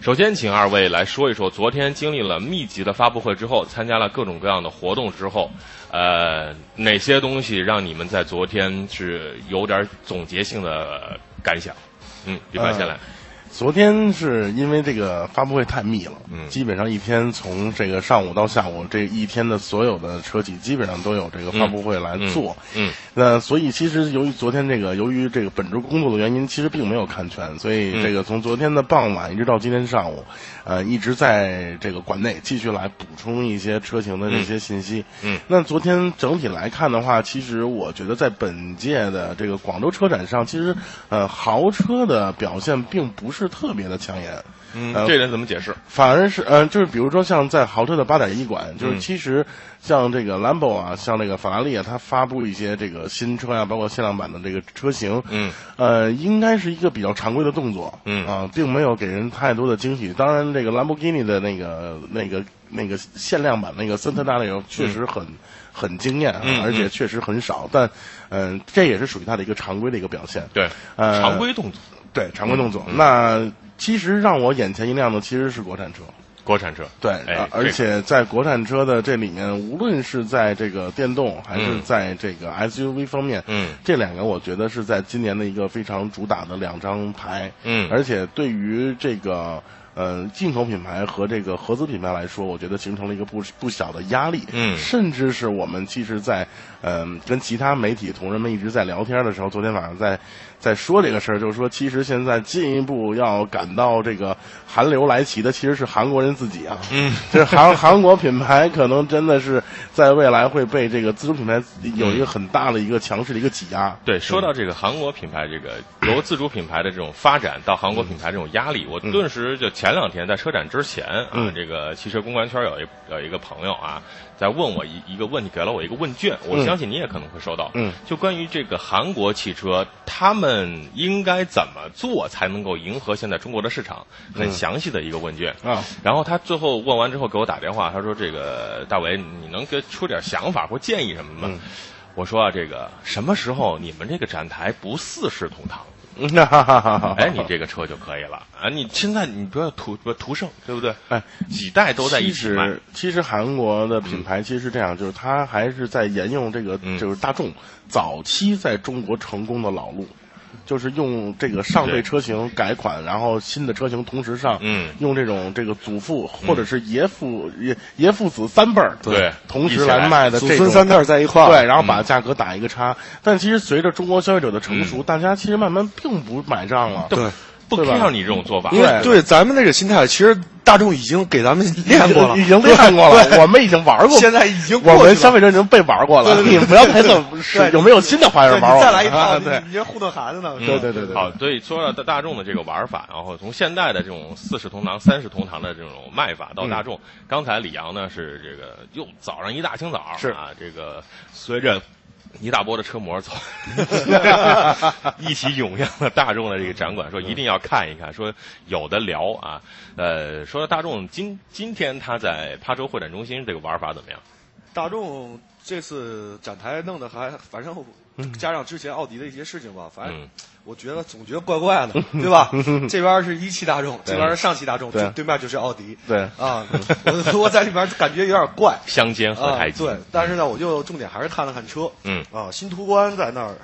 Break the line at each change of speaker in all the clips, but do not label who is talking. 首先，请二位来说一说，昨天经历了密集的发布会之后，参加了各种各样的活动之后，呃，哪些东西让你们在昨天是有点总结性的感想？嗯，李凡先来。
昨天是因为这个发布会太密了，
嗯
基本上一天从这个上午到下午这一天的所有的车企基本上都有这个发布会来做，
嗯嗯
那所以其实由于昨天这个由于这个本职工作的原因，其实并没有看全，所以
嗯
这个从昨天的傍晚一直到今天上午，呃，一直在这个馆内继续来补充一些车型的这些信息，
嗯嗯
那昨天整体来看的话，其实我觉得在本届的这个广州车展上，其实呃豪车的表现并不是特别的抢眼。
嗯，
呃
这人怎么解释？
反而是，嗯、就是比如说像在豪车的八点一馆，就是
嗯
其实像这个兰博啊，像这个法拉利啊，它发布一些这个新车啊，包括限量版的这个车型，
嗯，
呃，应该是一个比较常规的动作，
嗯
啊，并没有给人太多的惊喜。当然，这个兰博基尼的那个那个那个限量版那个森特纳那个确实很。很惊艳啊，
嗯
而且
嗯
确实很少，但，嗯、这也是属于它的一个常规的一个表现。
对，
呃
常规嗯动作，
对，常规动作。那其实让我眼前一亮的其实是国产车，
国产车。
对，
哎
呃而
这
且在国产车的这里面，无论是在这个电动还是在这个 SUV 方面，
嗯
这两个我觉得是在今年的一个非常主打的两张牌，
嗯
而且对于这个。呃，进口品牌和这个合资品牌来说，我觉得形成了一个不不小的压力，
嗯
甚至是我们其实在，嗯跟其他媒体同仁们一直在聊天的时候，昨天晚上在在说这个事儿，就是说，其实现在进一步要感到这个寒流来袭的，其实是韩国人自己啊，
嗯，
就是韩韩国品牌可能真的是在未来会被这个自主品牌有一个很大的一个强势的一个挤压。
对，说到这个韩国品牌，这个由自主品牌的这种发展到韩
嗯
国品牌这种压力，我顿时就前两天在车展之前啊，
嗯
这个汽车公关圈有一有一个朋友啊，在问我一一个问题，给了我一个问卷，我
嗯
相信你也可能会收到，
嗯，
就关于这个韩国汽车，他们应该怎么做才能够迎合现在中国的市场，很
嗯
详细的一个问卷
啊。
然后他最后问完之后给我打电话，他说：“这个大伟，你能给出点想法或建议什么吗？”
嗯
我说：“啊，这个什么时候你们这个展台不四世同 堂？
哈哈哈哈哈！
哎，你这个车就可以了啊！你现在你不要途不途胜，对不对？
哎，
几代都在一
其
起卖
实，其实韩国的品牌其实是这样，就是它还是在沿用这个，就是大众早期在中国成功的老路。就是用这个上
对
辈车型改款，然后新的车型同时上，
嗯
用这种这个祖父或者是爷父、爷爷父子三辈儿，
对
同
一
时
起来
来卖的
祖
这种
孙三代在一块儿，
对，然后把价格打一个叉。但其实随着中国消费者的成熟，大家其实慢慢并不买账了。
都
对
不
对吧
care 你这种做法。
因为
对
对咱们那个心态，其实大众已经给咱们练过了，
已经看过了，
对
我们已经玩过，
现在已 经过
我
去了
们消费者已经被玩过了。
对对对
你不要猜测 是
对
有没有新的花
对
样
你
玩我们。
再来一套，
啊
你
对，
你这糊弄孩子呢？
对对对对对
嗯好，所以说到大众的这个玩法，然后从现代的这种四世同堂、三世同堂的这种卖法到
嗯
大众，刚才李阳呢是这个又早上一大清早
是
啊，这个随着。一大波的车模 从 一起涌向了大众的这个展馆，说一定要看一看，说有的聊啊。呃，说到大众今今天他在琶洲会展中心这个玩法怎么样？
大众这次展台弄得还，反正
嗯
加上之前奥迪的一些事情吧，
哎
反正
嗯
我觉得总觉得怪怪的，对吧？
嗯
这边是一汽大众，这边是上汽大众，
对
对对面就是奥迪，
对
啊，我 我在里面感觉有点怪
相煎何
啊
太，急？
对，但是呢，我就重点还是看了看车，
嗯
啊，新途观在那儿，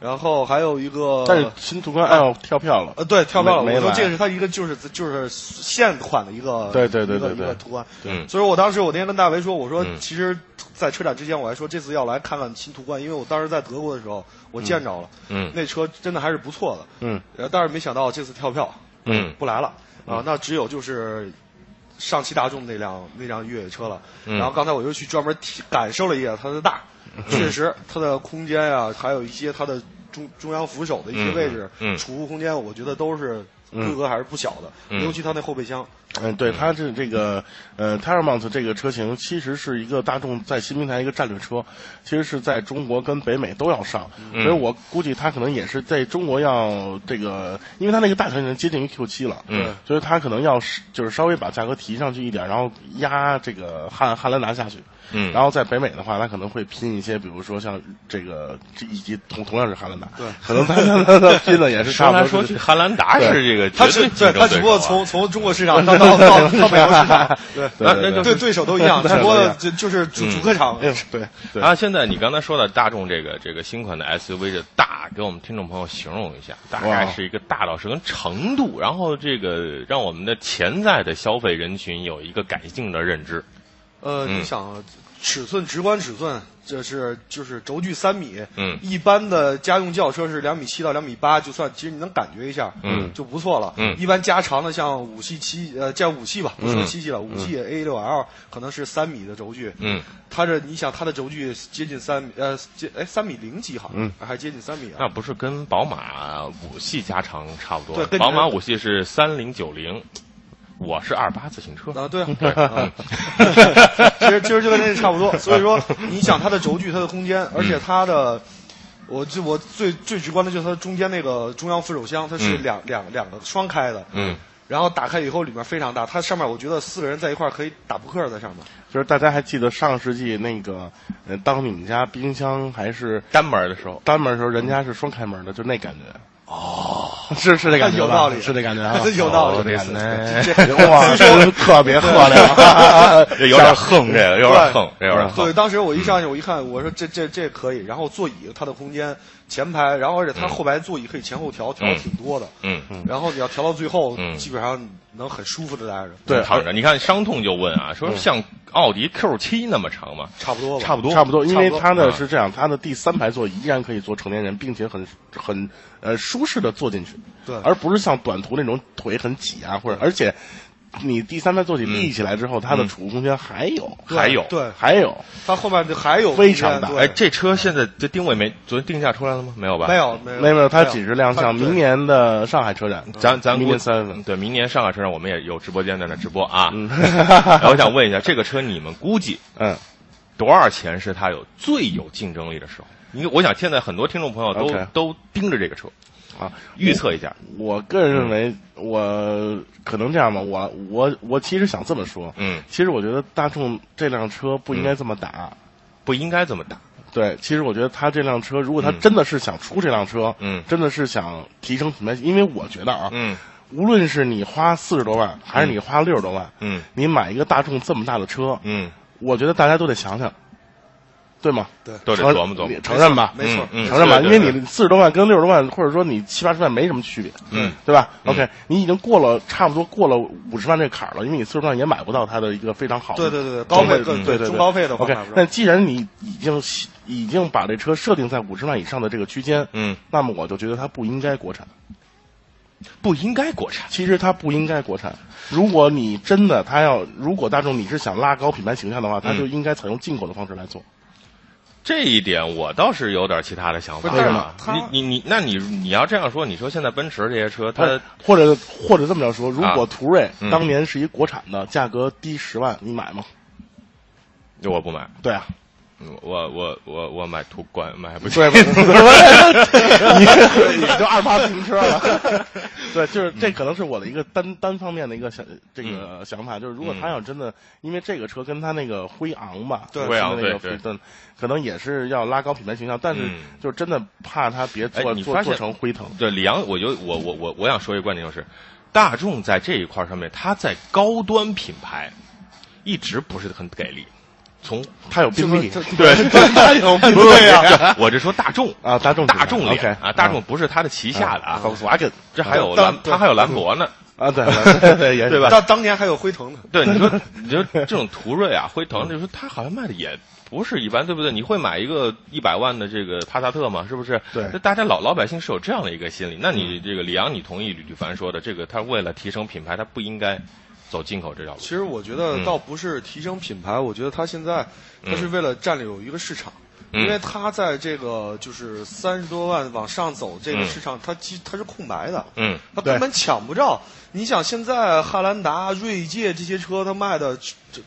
然后还有一个，
但是新途观 L 跳票了
呃，。对，跳票了。
没没
我说
来
这个是它一个就是就是现款的一个
对对对
一个
对对
一个图案。
嗯
所以我当时我那天跟大为说，我说
嗯
其实，在车展之前我还说这次要来看看新途观，因为我当时在德国的时候我见着了，
嗯
那车真的还是不错的。
嗯
呃，但是没想到这次跳票
嗯
不来了啊，那只有就是。上汽大众那辆那辆越野车了，
嗯
然后刚才我又去专门体感受了一下它的大，确实它的空间啊，还有一些它的中中央扶手的一些
嗯
位置，
嗯
储物空间，我觉得都是规格还是不小的，
嗯
尤其它那后备箱，
嗯，对，它是这个呃 t e r a m o n t 这个车型其实是一个大众在新平台一个战略车，其实是在中国跟北美都要上，
嗯
所以我估计它可能也是在中国要这个，因为它那个大小已经接近于 Q 七了，
嗯，
所以它可能要是就是稍微把价格提上去一点，然后压这个汉汉兰达下去，
嗯
然后在北美的话，它可能会拼一些，比如说像这个这以及同同样是汉兰达，对，可能它它它拼的也是
说
差不
来
多
说
这
去，汉兰达
对
是这个
他
绝
只
对竞
他
争
只
对
不过
手啊
从从中国市场到到到到美国市场，对
那那就
对对手都一样，只不过就就是主主客场
哎呦对对，
啊，现在你刚才说的大众这个这个新款的 SUV 这大，给我们听众朋友形容一下，大概
哇
是一个大到什么程度？然后这个让我们的潜在的消费人群有一个感性的认知。
呃，
嗯
你想啊尺寸，直观尺寸，这是就是轴距三米，
嗯
一般的家用轿车是两米七到两米八，就算其实你能感觉一下，
嗯
就不错了，
嗯
一般加长的像五系七，呃，叫五系吧，不说七系了，五系 A 六 L 可能是三米的轴距，
嗯，
它这你想它的轴距接近三米，呃，接哎三米零几好像，嗯，还接近三米啊，
那不是跟宝马五系加长差不多
对？跟
宝马五系是三零九零，我是二八自行车。
啊，对啊，
嗯
啊其实其实就跟那个差不多。所以说，你想它的轴距、它的空间，而且它的，我最我最最直观的就是它中间那个中央扶手箱，它是
嗯
两两两个双开的，
嗯，
然后打开以后里面非常大，它上面我觉得四个人在一块儿可以打扑克在上面。
就是大家还记得上世纪那个，呃，当你们家冰箱还是
单门的时候，
单门的时候，人家是双开门的，就那感觉。哦，是是这感觉吧，
有道 理，
是这感觉啊
有道理
哦这感
哎
觉。 哇，真特 别喝亮，
这有点横，这个有点横，这有点横
对，。当时我一
嗯
上去，我一看，我说这这这可以。然后座椅它的空间，前排，然后而且它后排座椅可以前后调，调的挺多的。
嗯，
然后你要调到最后，
嗯
基本上能很舒服的待着，
对嗯
躺着。你看伤痛就问啊，说像奥迪 Q 七那么长吗？
差不多吧。
差不多，
哦差不多，因为它的
嗯
是这样，它的第三排座椅依然可以坐成年人，并且很很呃舒适的坐进去，
对
而不是像短途那种腿很挤啊，
嗯
或者而且你第三排座椅立起来之后，它的储物空间还有，
对
还有
对，
还有，
它后面就还有
非常大
空间
哎，
对
这车现在这定位没昨天定价出来了吗？没有吧？
没。有没有
没有没有，它
没
几时亮相？
它对嗯
明年的上海车展，
咱咱
明
估
年三嗯月份。
对，明年上海车展我们也有直播间在那直播啊。哎我想问一下，这个车你们估计
嗯，
多少钱是它有最有竞争力的时候？因为我想现在很多听众朋友都
OK
都盯着这个车，
啊，
预测一下。
我个人认
嗯
为，我可能这样吧，我我我其实想这么说，
嗯，
其实我觉得大众这辆车不
嗯
应该这么打。
不应该这么打。
对，其实我觉得他这辆车，如果他
嗯
真的是想出这辆车，
嗯
真的是想提升品牌，因为我觉得啊，
嗯
无论是你花四十多万，还是你花六十多万，
嗯
你买一个大众这么大的车，
嗯，
我觉得大家都得想想，对吗？
嗯都得
承
琢磨琢磨
你。承认吧，
没错
嗯嗯
承认吧，
对
因
对
为你四十多万跟六十多万，或者说你七八十万没什么区别，
嗯，
对吧？OK，你已经过了差不多过了五十万这个坎儿了，因为你四十万也买不到它的一个非常好的
对对对对
中
高配
对
对
对
对中高配的话
OK，
买不到
那既然你已经已经把这车设定在五十万以上的这个区间，
嗯，
那么我就觉得它不应该国产。
不应该国产。
其实它不应该国产。如果你真的它要，如果大众你是想拉高品牌形象的话，它
嗯
就应该采用进口的方式来做。
这一点我倒是有点其他的想法
不是
啊。
但是
你你你，那你你要这样说，你说现在奔驰这些车，它
或者或者这么着说，如
啊
果途锐
嗯
当年是一国产的，价格低十万，你买吗？
我不买。
对啊，
嗯我我我我买途观买不起，
对吧？你你就二八自行车了。 对，就是这可能是我的一个单单方面的一个想这个想法，嗯就是如果他要真的，因为这个车跟他那个辉昂吧，
对
就是
辉昂
那个
对对
对，可能也是要拉高品牌形象，但是
嗯
就真的怕他别
哎
做
你
做
发现
做成辉腾。
对李阳，我就我我我我想说一个观点就是，大众在这一块上面，它在高端品牌一直不是很给力。从
他有宾利，
这
对，他有宾利啊
我这说大众
啊！大众
大众
品
脸
牌
啊，大众不是它的旗下的啊，
嗯，Volkswagen
这还有
当
兰，它还有兰博呢。
啊，对对对，也是
对吧
当当年还有辉腾呢，
对，你 说你说这种途锐啊、辉腾，你说它好像卖的也不是一般，对不对？你会买一个一百万的这个帕萨特吗？是不是？
对
那大家老老百姓是有这样的一个心理。那
嗯
你这个李阳，你同意吕吕凡说的，这个他为了提升品牌，他不应该走进口这条路
其。实我觉得
嗯
倒不是提升品牌，我觉得它现在嗯它是为了占领一个市场。
嗯
因为它在这个就是三十多万往上走这个
嗯
市场，它其它是空白的，
嗯，
它
对
根本抢不着。你想现在汉兰达、锐界这些车，它卖的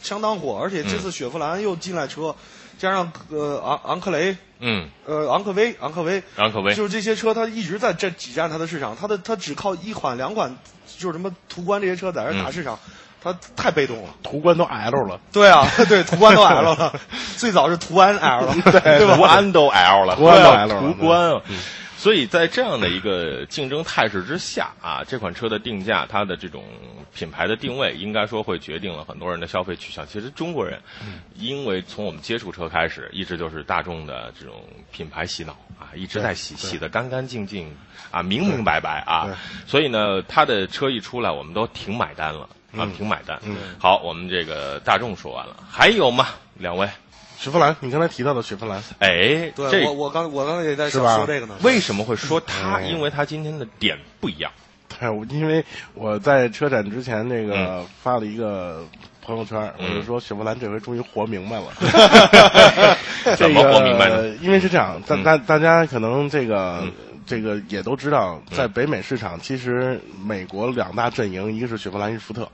相当火，而且这次雪佛兰又进来车，加上呃昂昂克雷、
嗯，
呃昂克威、昂克威，
昂科威，
就是这些车，它一直在这挤占它的市场，它的它只靠一款两款，就是什么途观这些车在这打市场，它太被动了。
途观都 L 了，
对啊，对，途观都 L 了，最早是途安 L，对吧？
哎途安都 L 了，
途安都 L 了
途观啊。所以在这样的一个竞争态势之下啊，这款车的定价，它的这种品牌的定位，应该说会决定了很多人的消费取向。其实中国人，因为从我们接触车开始，一直就是大众的这种品牌洗脑啊，一直在洗洗的干干净净啊，明明白白啊。所以呢，它的车一出来，我们都挺买单了啊，挺买单。好，我们这个大众说完了，还有吗？两位？
雪佛兰，你刚才提到的雪佛兰，
哎，
对
这
我我刚我刚才也在想
是吧
说这个呢，
为什么会说它？
哦
因为它今天的点不一样。
对，我因为我在车展之前那
嗯
个发了一个朋友圈，我就说雪佛兰这回终于活 明白了。
怎么活明白呢
这个？因为是这样，大
嗯
大大家可能这个。这个也都知道，在
嗯
北美市场，其实美国两大阵营，一个是雪佛兰，一个是福特，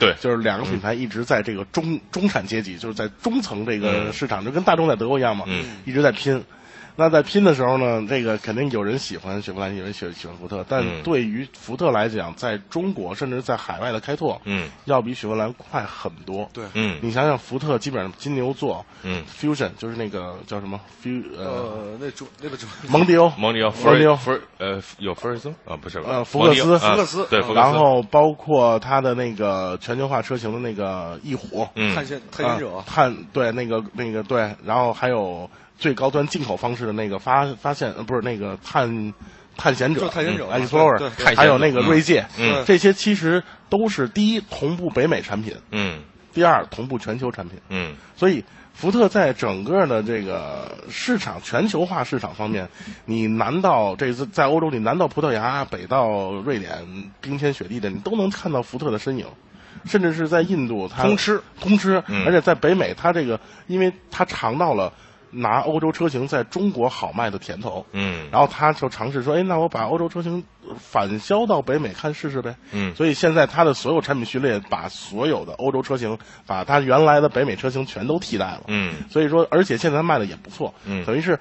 对，
就是两个品牌一直在这个中
嗯
中产阶级，就是在中层这个市场，就跟大众在德国一样嘛，
嗯
一直在拼。那在拼的时候呢，这个肯定有人喜欢雪佛兰，有人喜喜欢福特，但
嗯
对于福特来讲，在中国甚至在海外的开拓，
嗯
要比雪佛兰快很多。
对
嗯
你想想，福特基本上金牛座，
嗯
，Fusion 就是那个叫什么 Fu 呃
呃，那主那个主
蒙迪欧，
蒙迪欧、福
蒙迪
尔、
欧
福尔呃有福尔森啊，不是吧？
呃福
蒙迪
克斯
欧啊
福
克斯
对，福克斯。
然后包括它的那个全球化车型的那个翼虎，
嗯
探险探险者
啊，探对那个那个对，然后还有最高端进口方式的那个发发现，呃不是那个探探险者，
就是探险者嘛
嗯 Explorer，
对
对
还有那个
探险者
锐界，
嗯
这些其实都是第一同步北美产品，
嗯
第二同步全球产品，
嗯
所以。福特在整个的这个市场全球化市场方面，你南到这次在欧洲，你南到葡萄牙，北到瑞典，冰天雪地的，你都能看到福特的身影，甚至是在印度，它
通吃
通吃，
嗯
而且在北美，它这个因为它尝到了拿欧洲车型在中国好卖的甜头，
嗯，
然后他就尝试说，哎，那我把欧洲车型反销到北美看试试呗。
嗯
所以现在它的所有产品序列把所有的欧洲车型，把它原来的北美车型全都替代了。
嗯
所以说，而且现在它卖的也不错，
嗯
等于是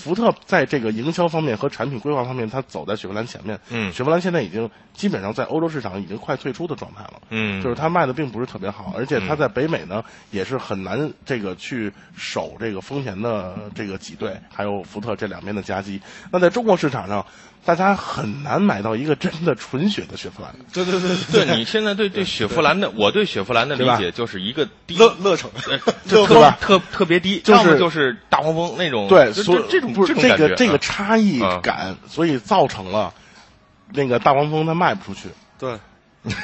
福特在这个营销方面和产品规划方面，它走在雪佛兰前面。
嗯
雪佛兰现在已经基本上在欧洲市场已经快退出的状态了。
嗯，
就是它卖的并不是特别好，而且它在北美呢、也是很难这个去守这个丰田的这个挤兑，还有福特这两边的夹击。那在中国市场上，大家很难买到一个真的纯血的雪佛兰。
哦
对对对对，
对你现在对对雪佛兰的，我对雪佛兰的理
吧
解就是一个低
乐乐城，
呃
对
特
吧
特特别低，
就是
要么就是大黄蜂那种，
对，
就
所以
就这种
不是
种
这
感觉
个这个
啊
差异感，所以造成了那个大黄蜂它卖不出去，
对，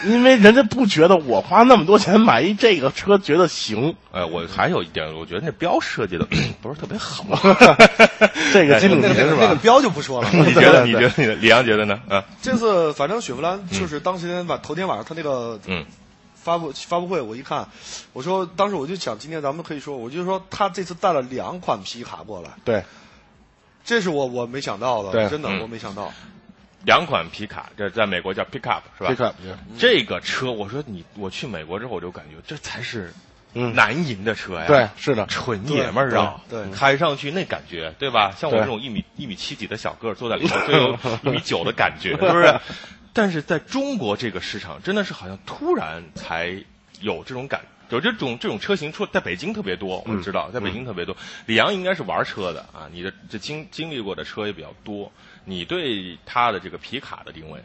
因为人家不觉得我花那么多钱买一这个车觉 得行。
呃，我还有一点，我觉得那标设计的 不是特别好。
这个金主杰
那个
是
那个
吧？
标就不说了。
你觉得？ 你
对对
觉得？你的李阳觉得呢？啊，
这次反正雪佛兰就是当时天晚头天晚上他那个
嗯
发布发布会，我一看，我说当时我就想，今天咱们可以说，我就说他这次带了两款皮卡过来，
对，
这是我我没想到的，
对
真的
嗯
我没想到。
两款皮卡，这在美国叫 pickup 是吧
这个
这个车，我说你，我去美国之后，我就感觉这才是
嗯
男银的车呀，
对，是的，
纯爷们儿啊，
对对对
开上去那感觉，对吧？像我
对
这种一米一米七几的小个儿坐在里头，就 有一米九的感觉，是不是？ 但是在中国这个市场，真的是好像突然才有这种感。有这种这种车型出，在北京特别多，
嗯
我知道，在北京特别多。李阳应该是玩车的啊，你的这经经历过的车也比较多，你对他的这个皮卡的定位，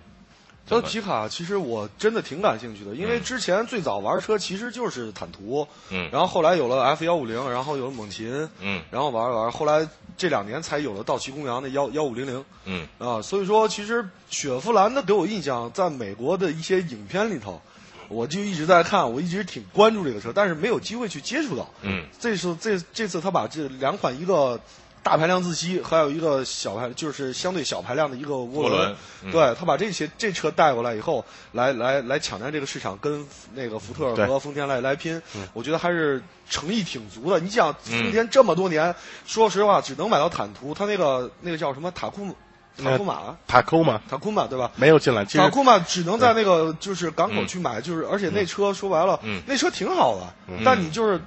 怎
这
么
皮卡其实我真的挺感兴趣的，因为之前最早玩车其实就是坦途，
嗯
然后后来有了 F 幺五零，然后有了猛禽，
嗯
然后玩一玩，后来这两年才有了道奇公羊的幺幺五零零
嗯
啊，所以说其实雪佛兰的给我印象，在美国的一些影片里头，我就一直在看，我一直挺关注这个车，但是没有机会去接触到。
嗯，
这次这这次他把这两款一个。大排量自吸，还有一个小排，就是相对小排量的一个涡
涡轮嗯
对他把这些这车带过来以后，来来来抢占这个市场，跟那个福特
对
和丰田来来拼，我觉得还是诚意挺足的。你想，
嗯
丰田这么多年，说实话只能买到坦途，他那个那个叫什么塔库
呃
塔库马啊
塔科嘛，
塔库马对吧？
没有进来，其实
塔库马只能在那个就是港口去买，就是而且那车说白了
嗯，
那车挺好的，但你就是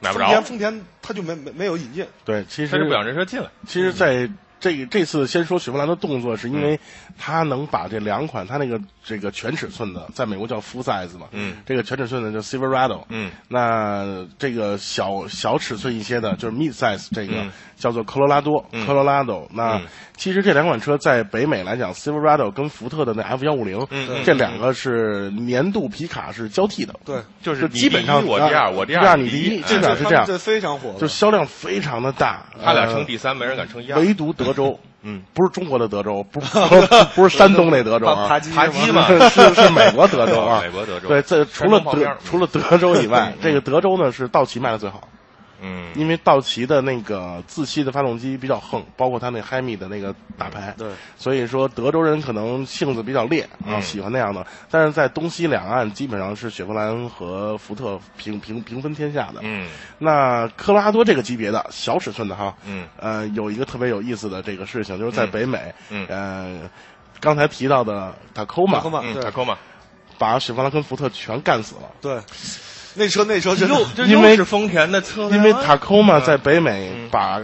买不
丰田
着
丰田他就没没没有引进，
对，其
他就嗯
实
不想让这车进来。
其实，在这个这次先说雪佛兰的动作，是因为
嗯
它能把这两款，它那个这个全尺寸的，在美国叫 full size 嘛，
嗯，
这个全尺寸的叫 Silverado，
嗯，
那这个小小尺寸一些的，就是 mid size 这个、
嗯
叫做科罗拉多、科罗拉多。那、
嗯
其实这两款车在北美来讲，Silverado 跟福特的那 F 幺五零
嗯嗯，
这两个是年度皮卡是交替的，
对，
就是
基本
你
上
第一我第
啊
二，我第
第二
你
你第一
哎
这哪是
嗯他
这样
们这非常火的，
就销量非常的大。
他俩
呃
称第三，没人敢称一二。
唯独德州，
嗯，
不是中国的德州，不是 不是不是山东那德州啊，
扒鸡
扒鸡嘛哦
是是美国德 州啊，
美国德州
对，这除了
山东旁边
德除了德州以外，这个德州呢是道奇卖的最好，
嗯，
因为道奇的那个自吸的发动机比较横，包括它那 h 米的那个打牌，
对，
所以说德州人可能性子比较烈啊，
嗯
喜欢那样的，但是在东西两岸基本上是雪佛兰和福特平平平分天下的，
嗯
那科罗拉多这个级别的小尺寸的哈，
嗯
呃，有一个特别有意思的这个事情，就是在北美，
嗯
呃，刚才提到的 Tacoma，,
Tacoma
嗯，
对
塔科嘛，
把雪佛兰跟福特全干死了，
对，那车那车真的
又这
因
又
为
是丰田的策略
因
吗，
为 Tacoma 在北美
嗯
把、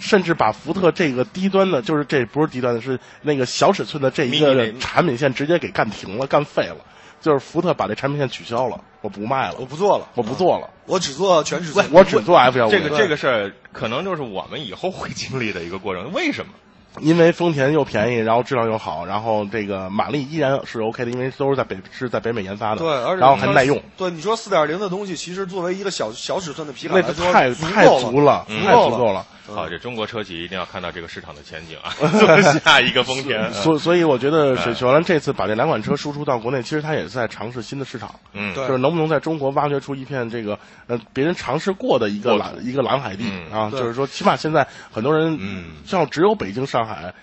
甚至把福特这个低端的，就是这不是低端的，是那个小尺寸的这一
Mini
个
那
产品线直接给干停了，干废了，就是福特把这产品线取消了，我不卖了
哦
我，不做了，
我不做了，
我只做全尺寸，
我只做 F 幺五
这个这个事儿，可能就是我们以后会经历的一个过程。为什么？
因为丰田又便宜，然后质量又好，然后这个马力依然是 OK 的，因为都是在北是在北美研发的，
对，而且
然后还耐用，。
对，你说四点零的东西，其实作为一个小小尺寸的皮卡
那
来说，
太
足
太
够
足了，
嗯
太足够了。
好，这中国车企一定要看到这个市场的前景啊！做下一个啊丰田，
所、所以我觉
哎
得雪雪佛兰这次把这两款车输出到国内，其实它也是在尝试新的市场，
嗯，
对
就是能不能在中国挖掘出一片这个呃别人尝试过的一个
国
蓝一个蓝海地、
嗯
啊，
对
就是说起码现在很多人
嗯
像只有北京、上海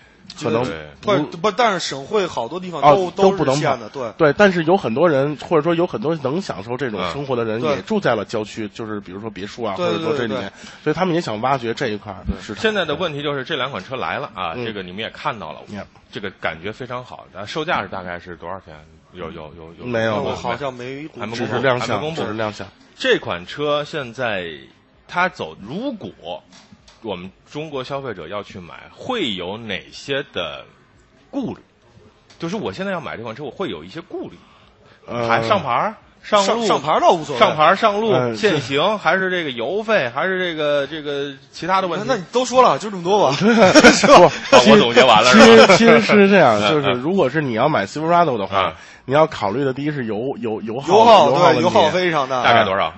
可能
对
不
不
不，但是省会好多地方
啊
都、
都
是
不能嗯
限
跑
的，对。
对，但是有很多人，或者说有很多能享受这种
嗯
生活的人，
对
也住在了郊区，就是比如说别墅啊，
对
或者说这里
对对
面，所以他们也想挖掘这一块儿市场。
现在的问题就是这两款车来了啊，
嗯
这个你们也看到了
Yeah，
这个感觉非常好。但售价是大概是多少钱？有有有有
没有
那
没
我
有
好像没估
还没
只
公布
是亮
还没
相
公，布
只是亮相。
这款车现在它走，如果我们中国消费者要去买，会有哪些的顾虑？就是我现在要买这款车，我会有一些顾虑，
呃
还上牌儿、上
上
路、
上牌儿倒无所谓，
上牌儿上路、
嗯
限行，还是这个油费，还是这个这个其他的问
那
题？
那你都说了，就这么多吧。是吧
不，
啊
其
我
实
总结完了
其
是吧
实其实是这样，
嗯
就是
嗯
如果是你要买 Silverado 的话
啊，
你要考虑的第一是油油油耗
油耗对
油
油
耗
耗
问题。
非 常
大
大，
概多少？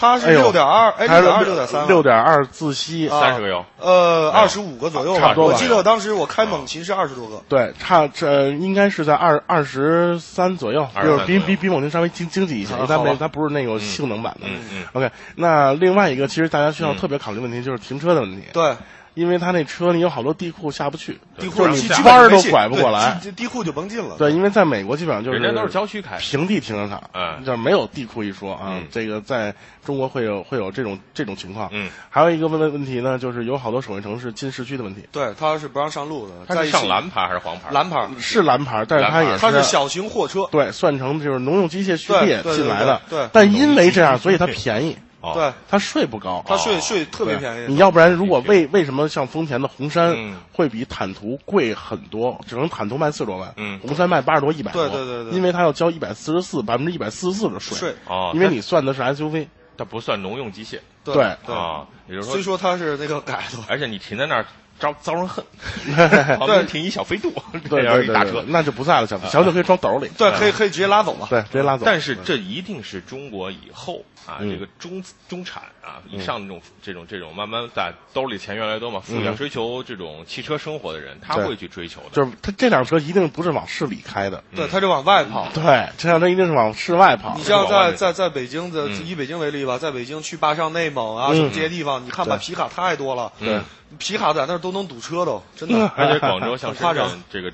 它是
哎呦
六点二，哎，
它
六
是
点二六点三，
六点二自吸，
啊
三十个油。
呃，二十五个左右吧，
差不多吧啊
我记得当时我开猛禽是二十多个，
对，差这应该是在二二十三左右，
23
就是比
左右
比比某天稍微经经济一些，因为
啊
它
好吧
没它不是那种性能版的。
嗯嗯
OK，那另外一个其实大家需要
嗯
特别考虑问题就是停车的问题，
对，
因为它那车你有好多地库下不去，
地库
就是
基
你
基本
弯儿
没
都
戏
拐不过来。
对地地库就甭进了。
对，因为在美国基本上就是
人家都是郊区开，
平地停车场，
嗯
就是没有地库一说啊。
嗯
这个在中国会有会有这种这种情况。
嗯，
还有一个问问题呢，就是有好多省会城市进市区的问题，
对，它是不让上路的，
它
在
是
一
上
些
蓝牌还是黄牌？
蓝牌儿，
是蓝牌，但是
蓝
它
牌
也
它是小型货车，
对算成就是农用机械序列
对对对
进来的。
对对
但因为这样，所以它便宜，
哦
对，
它税不高。
它
哦
税税特别便
啊你
宜。
要不然，如果为为什么像丰田的红杉
嗯
会比坦途贵很多？只能坦途卖四十多万，
嗯
红杉卖八十多、一百多。
对对对对
因为它要交一百四十四百分之一百四十四的税，
税
哦，
因为你算的是 SUV。
它不算农用机械
对
对
啊，
哦
也就是
虽
说，
说它是那个改的，
而且你停在那儿招招人 恨，旁
对
边停一小飞度，哦这
对
样
对
一
对
大
对
车。
那就不在了，小小九可以装兜里，
对，可以可以直接拉走吧。
对，直接拉走。
但是这一定是中国以后啊，
嗯
这个中中产啊以上这种这种这种慢慢在兜里钱越来越多嘛，富裕啊
嗯
追求这种汽车生活的人，他
对
会去追求的。
就是它这辆车一定不是往市里开的，
对，它就往外跑。
对，这辆车一定是往室外跑
你
的。
像
是往外
在
面
在在北京的，
嗯
以北京为例吧，在北京去坝上、内蒙啊
嗯
什么这些地方，你看吧，
对嗯
皮卡太多了，
对，
皮卡在那儿都能堵车都，真的。
而且广州像
很
深
夸张
圳这个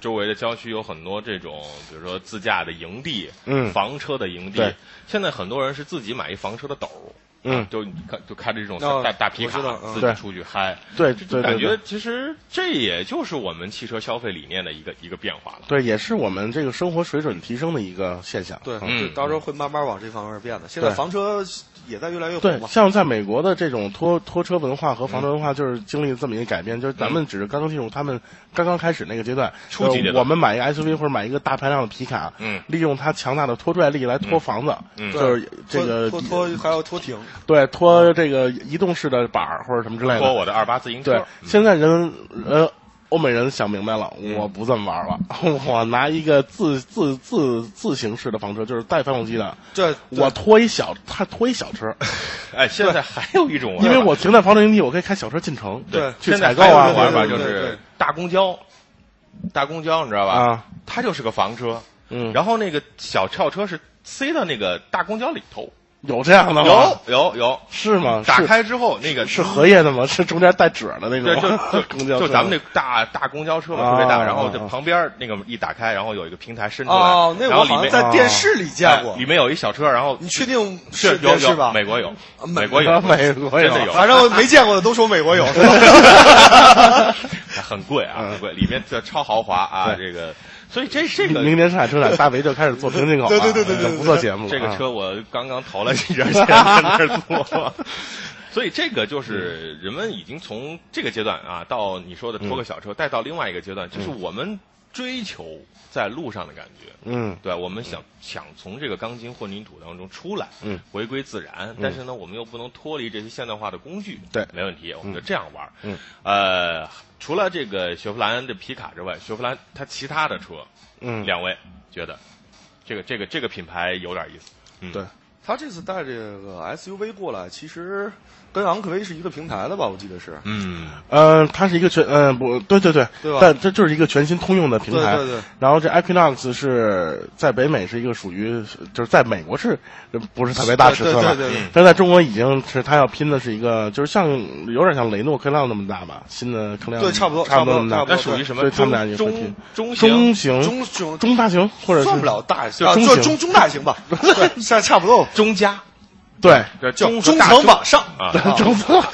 周围的郊区有很多这种，比如说自驾的营地，
嗯
房车的营地
对。
现在很多人是自己买一房车的斗儿，
嗯
就看就开着这种
哦
大大皮卡
我知道嗯
自己
对
出去嗨，
对
就
对对
感觉
对
其实这也就是我们汽车消费理念的一个一个变化了。
对，也是我们这个生活水准提升的一个现象。
对，
嗯
对到时候会慢慢往这方面变的。现在
对
房车也在越来越火
对，
嘛，
像在美国的这种拖拖车文化和房车文化，就是经历了这么一个改变，就是咱们只是刚刚进入他们刚刚开始那个阶段，
嗯初级阶
呃
段
我们买一个 SUV 或者买一个大排量的皮卡，
嗯
利用它强大的拖拽力来拖房子，
嗯
就是
拖
这个
拖拖还要拖停，
对拖这个移动式的板儿或者什么之类
拖
的。
我的嗯二八自行车
对，，现在人呃。欧美人想明白了，
嗯
我不这么玩了， 我拿一个自自自自行式的房车，就是带发动机的，
这
我拖一小，他拖一小车，
哎，现在还有一种玩
因
法，
为我停在房车营地，我可以开小车进城，
对
去
现
采
在
购
还有
啊，
一种玩法
或
就
者
对对对
是
对
大公交，大公交你知道吧？
啊，
它就是个房车，
嗯
然后那个小跳车是塞到那个大公交里头，
有这样的吗？
哦
有有有，
是吗？
打
是
开之后那个
是荷叶的吗？是中间带褶的那
对，
种吗？
就
公
就
交车
就咱们那大大公交车嘛，特别大，
啊
然后这
啊啊
旁边那个一打开，然后有一个平台伸出来，
哦，那
然后
我
里
好像
面
在电视里见
哎
过
里。面有一小车，然后
你确定
是
是
有
电视
有
吧？
美国有，
美
美国有
啊，美国
真的有，
反正没见过的都说美国有，是吧？
很贵啊，很贵，里面这超豪华啊，这个，所以这这个
明年上海车展，大为就开始做瓶颈口了，
对对对对对对
就不做节目了。
这个车
啊，
我刚刚投了几张，现在在那儿 做。所以这个就是
嗯
人们已经从这个阶段啊，到你说的拖个小车，再到另外一个阶段，就是我们追求在路上的感觉。
嗯，
对吧，我们想想从这个钢筋混凝土当中出来，
嗯，
回归自然，但是呢，我们又不能脱离这些现代化的工具，
对
没问题，我们就这样玩，
嗯，
呃，除了这个雪佛兰的皮卡之外，雪佛兰它其他的车，
嗯
两位觉得这个这个这个品牌有点意思，嗯，
对
他这次带这个 SUV 过来，其实跟昂科威是一个平台的吧？我记得是。
嗯，
嗯，它是一个全，嗯，不对，对对，
对吧
但这就是一个全新通用的平台。
对对对
然后这 Equinox 是在北美是一个属于，就是在美国是不是特别大尺
对
寸了？
对对对对
但在中国已经是它要拼的是一个，就是像有点像雷诺科亮那么大吧，新的科亮
对差不多
差不
差不多
那么大。
差
那
不
属于什
所
么
以他们
中
俩也会
中
拼
中
中
型
型、
中中
中大型或者是
算不了大，
就
啊
中
算
型
中中大型吧，对，差差不多。
中加，
对
对，
叫
中
中
大
层往上
啊，
中层。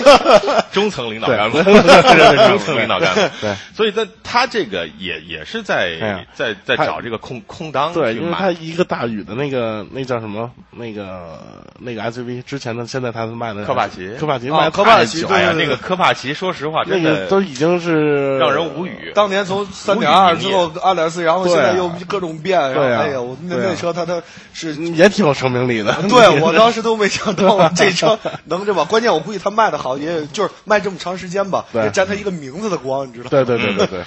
中层领导 干部，
对对对对对
中层领导干部。
对，
所以他他这个也也是
哎呀
在在在
他
找这个空空当
对，
去
因为
买
它一个大宇的那个那叫什么那个那个 SUV 之前的，现在它卖的
科帕奇
科帕奇
哦
卖得
科帕
太
奇
久
对
哎
了
呀，
对
那个科帕奇，说实话，
那
真
个
的
都已经是
让人无语。
当年从三点二之后二点四，然后现
对
在
啊
又各种变，然后
对啊
哎呀，我那
对啊嗯
那车它它是
也挺有生命力的。
对我当时都没想到
啊
这车能这么，关键我估计他卖的好，也就是卖这么长时间吧，
对
也沾他一个名字的光，你知道吗？
对对对对对，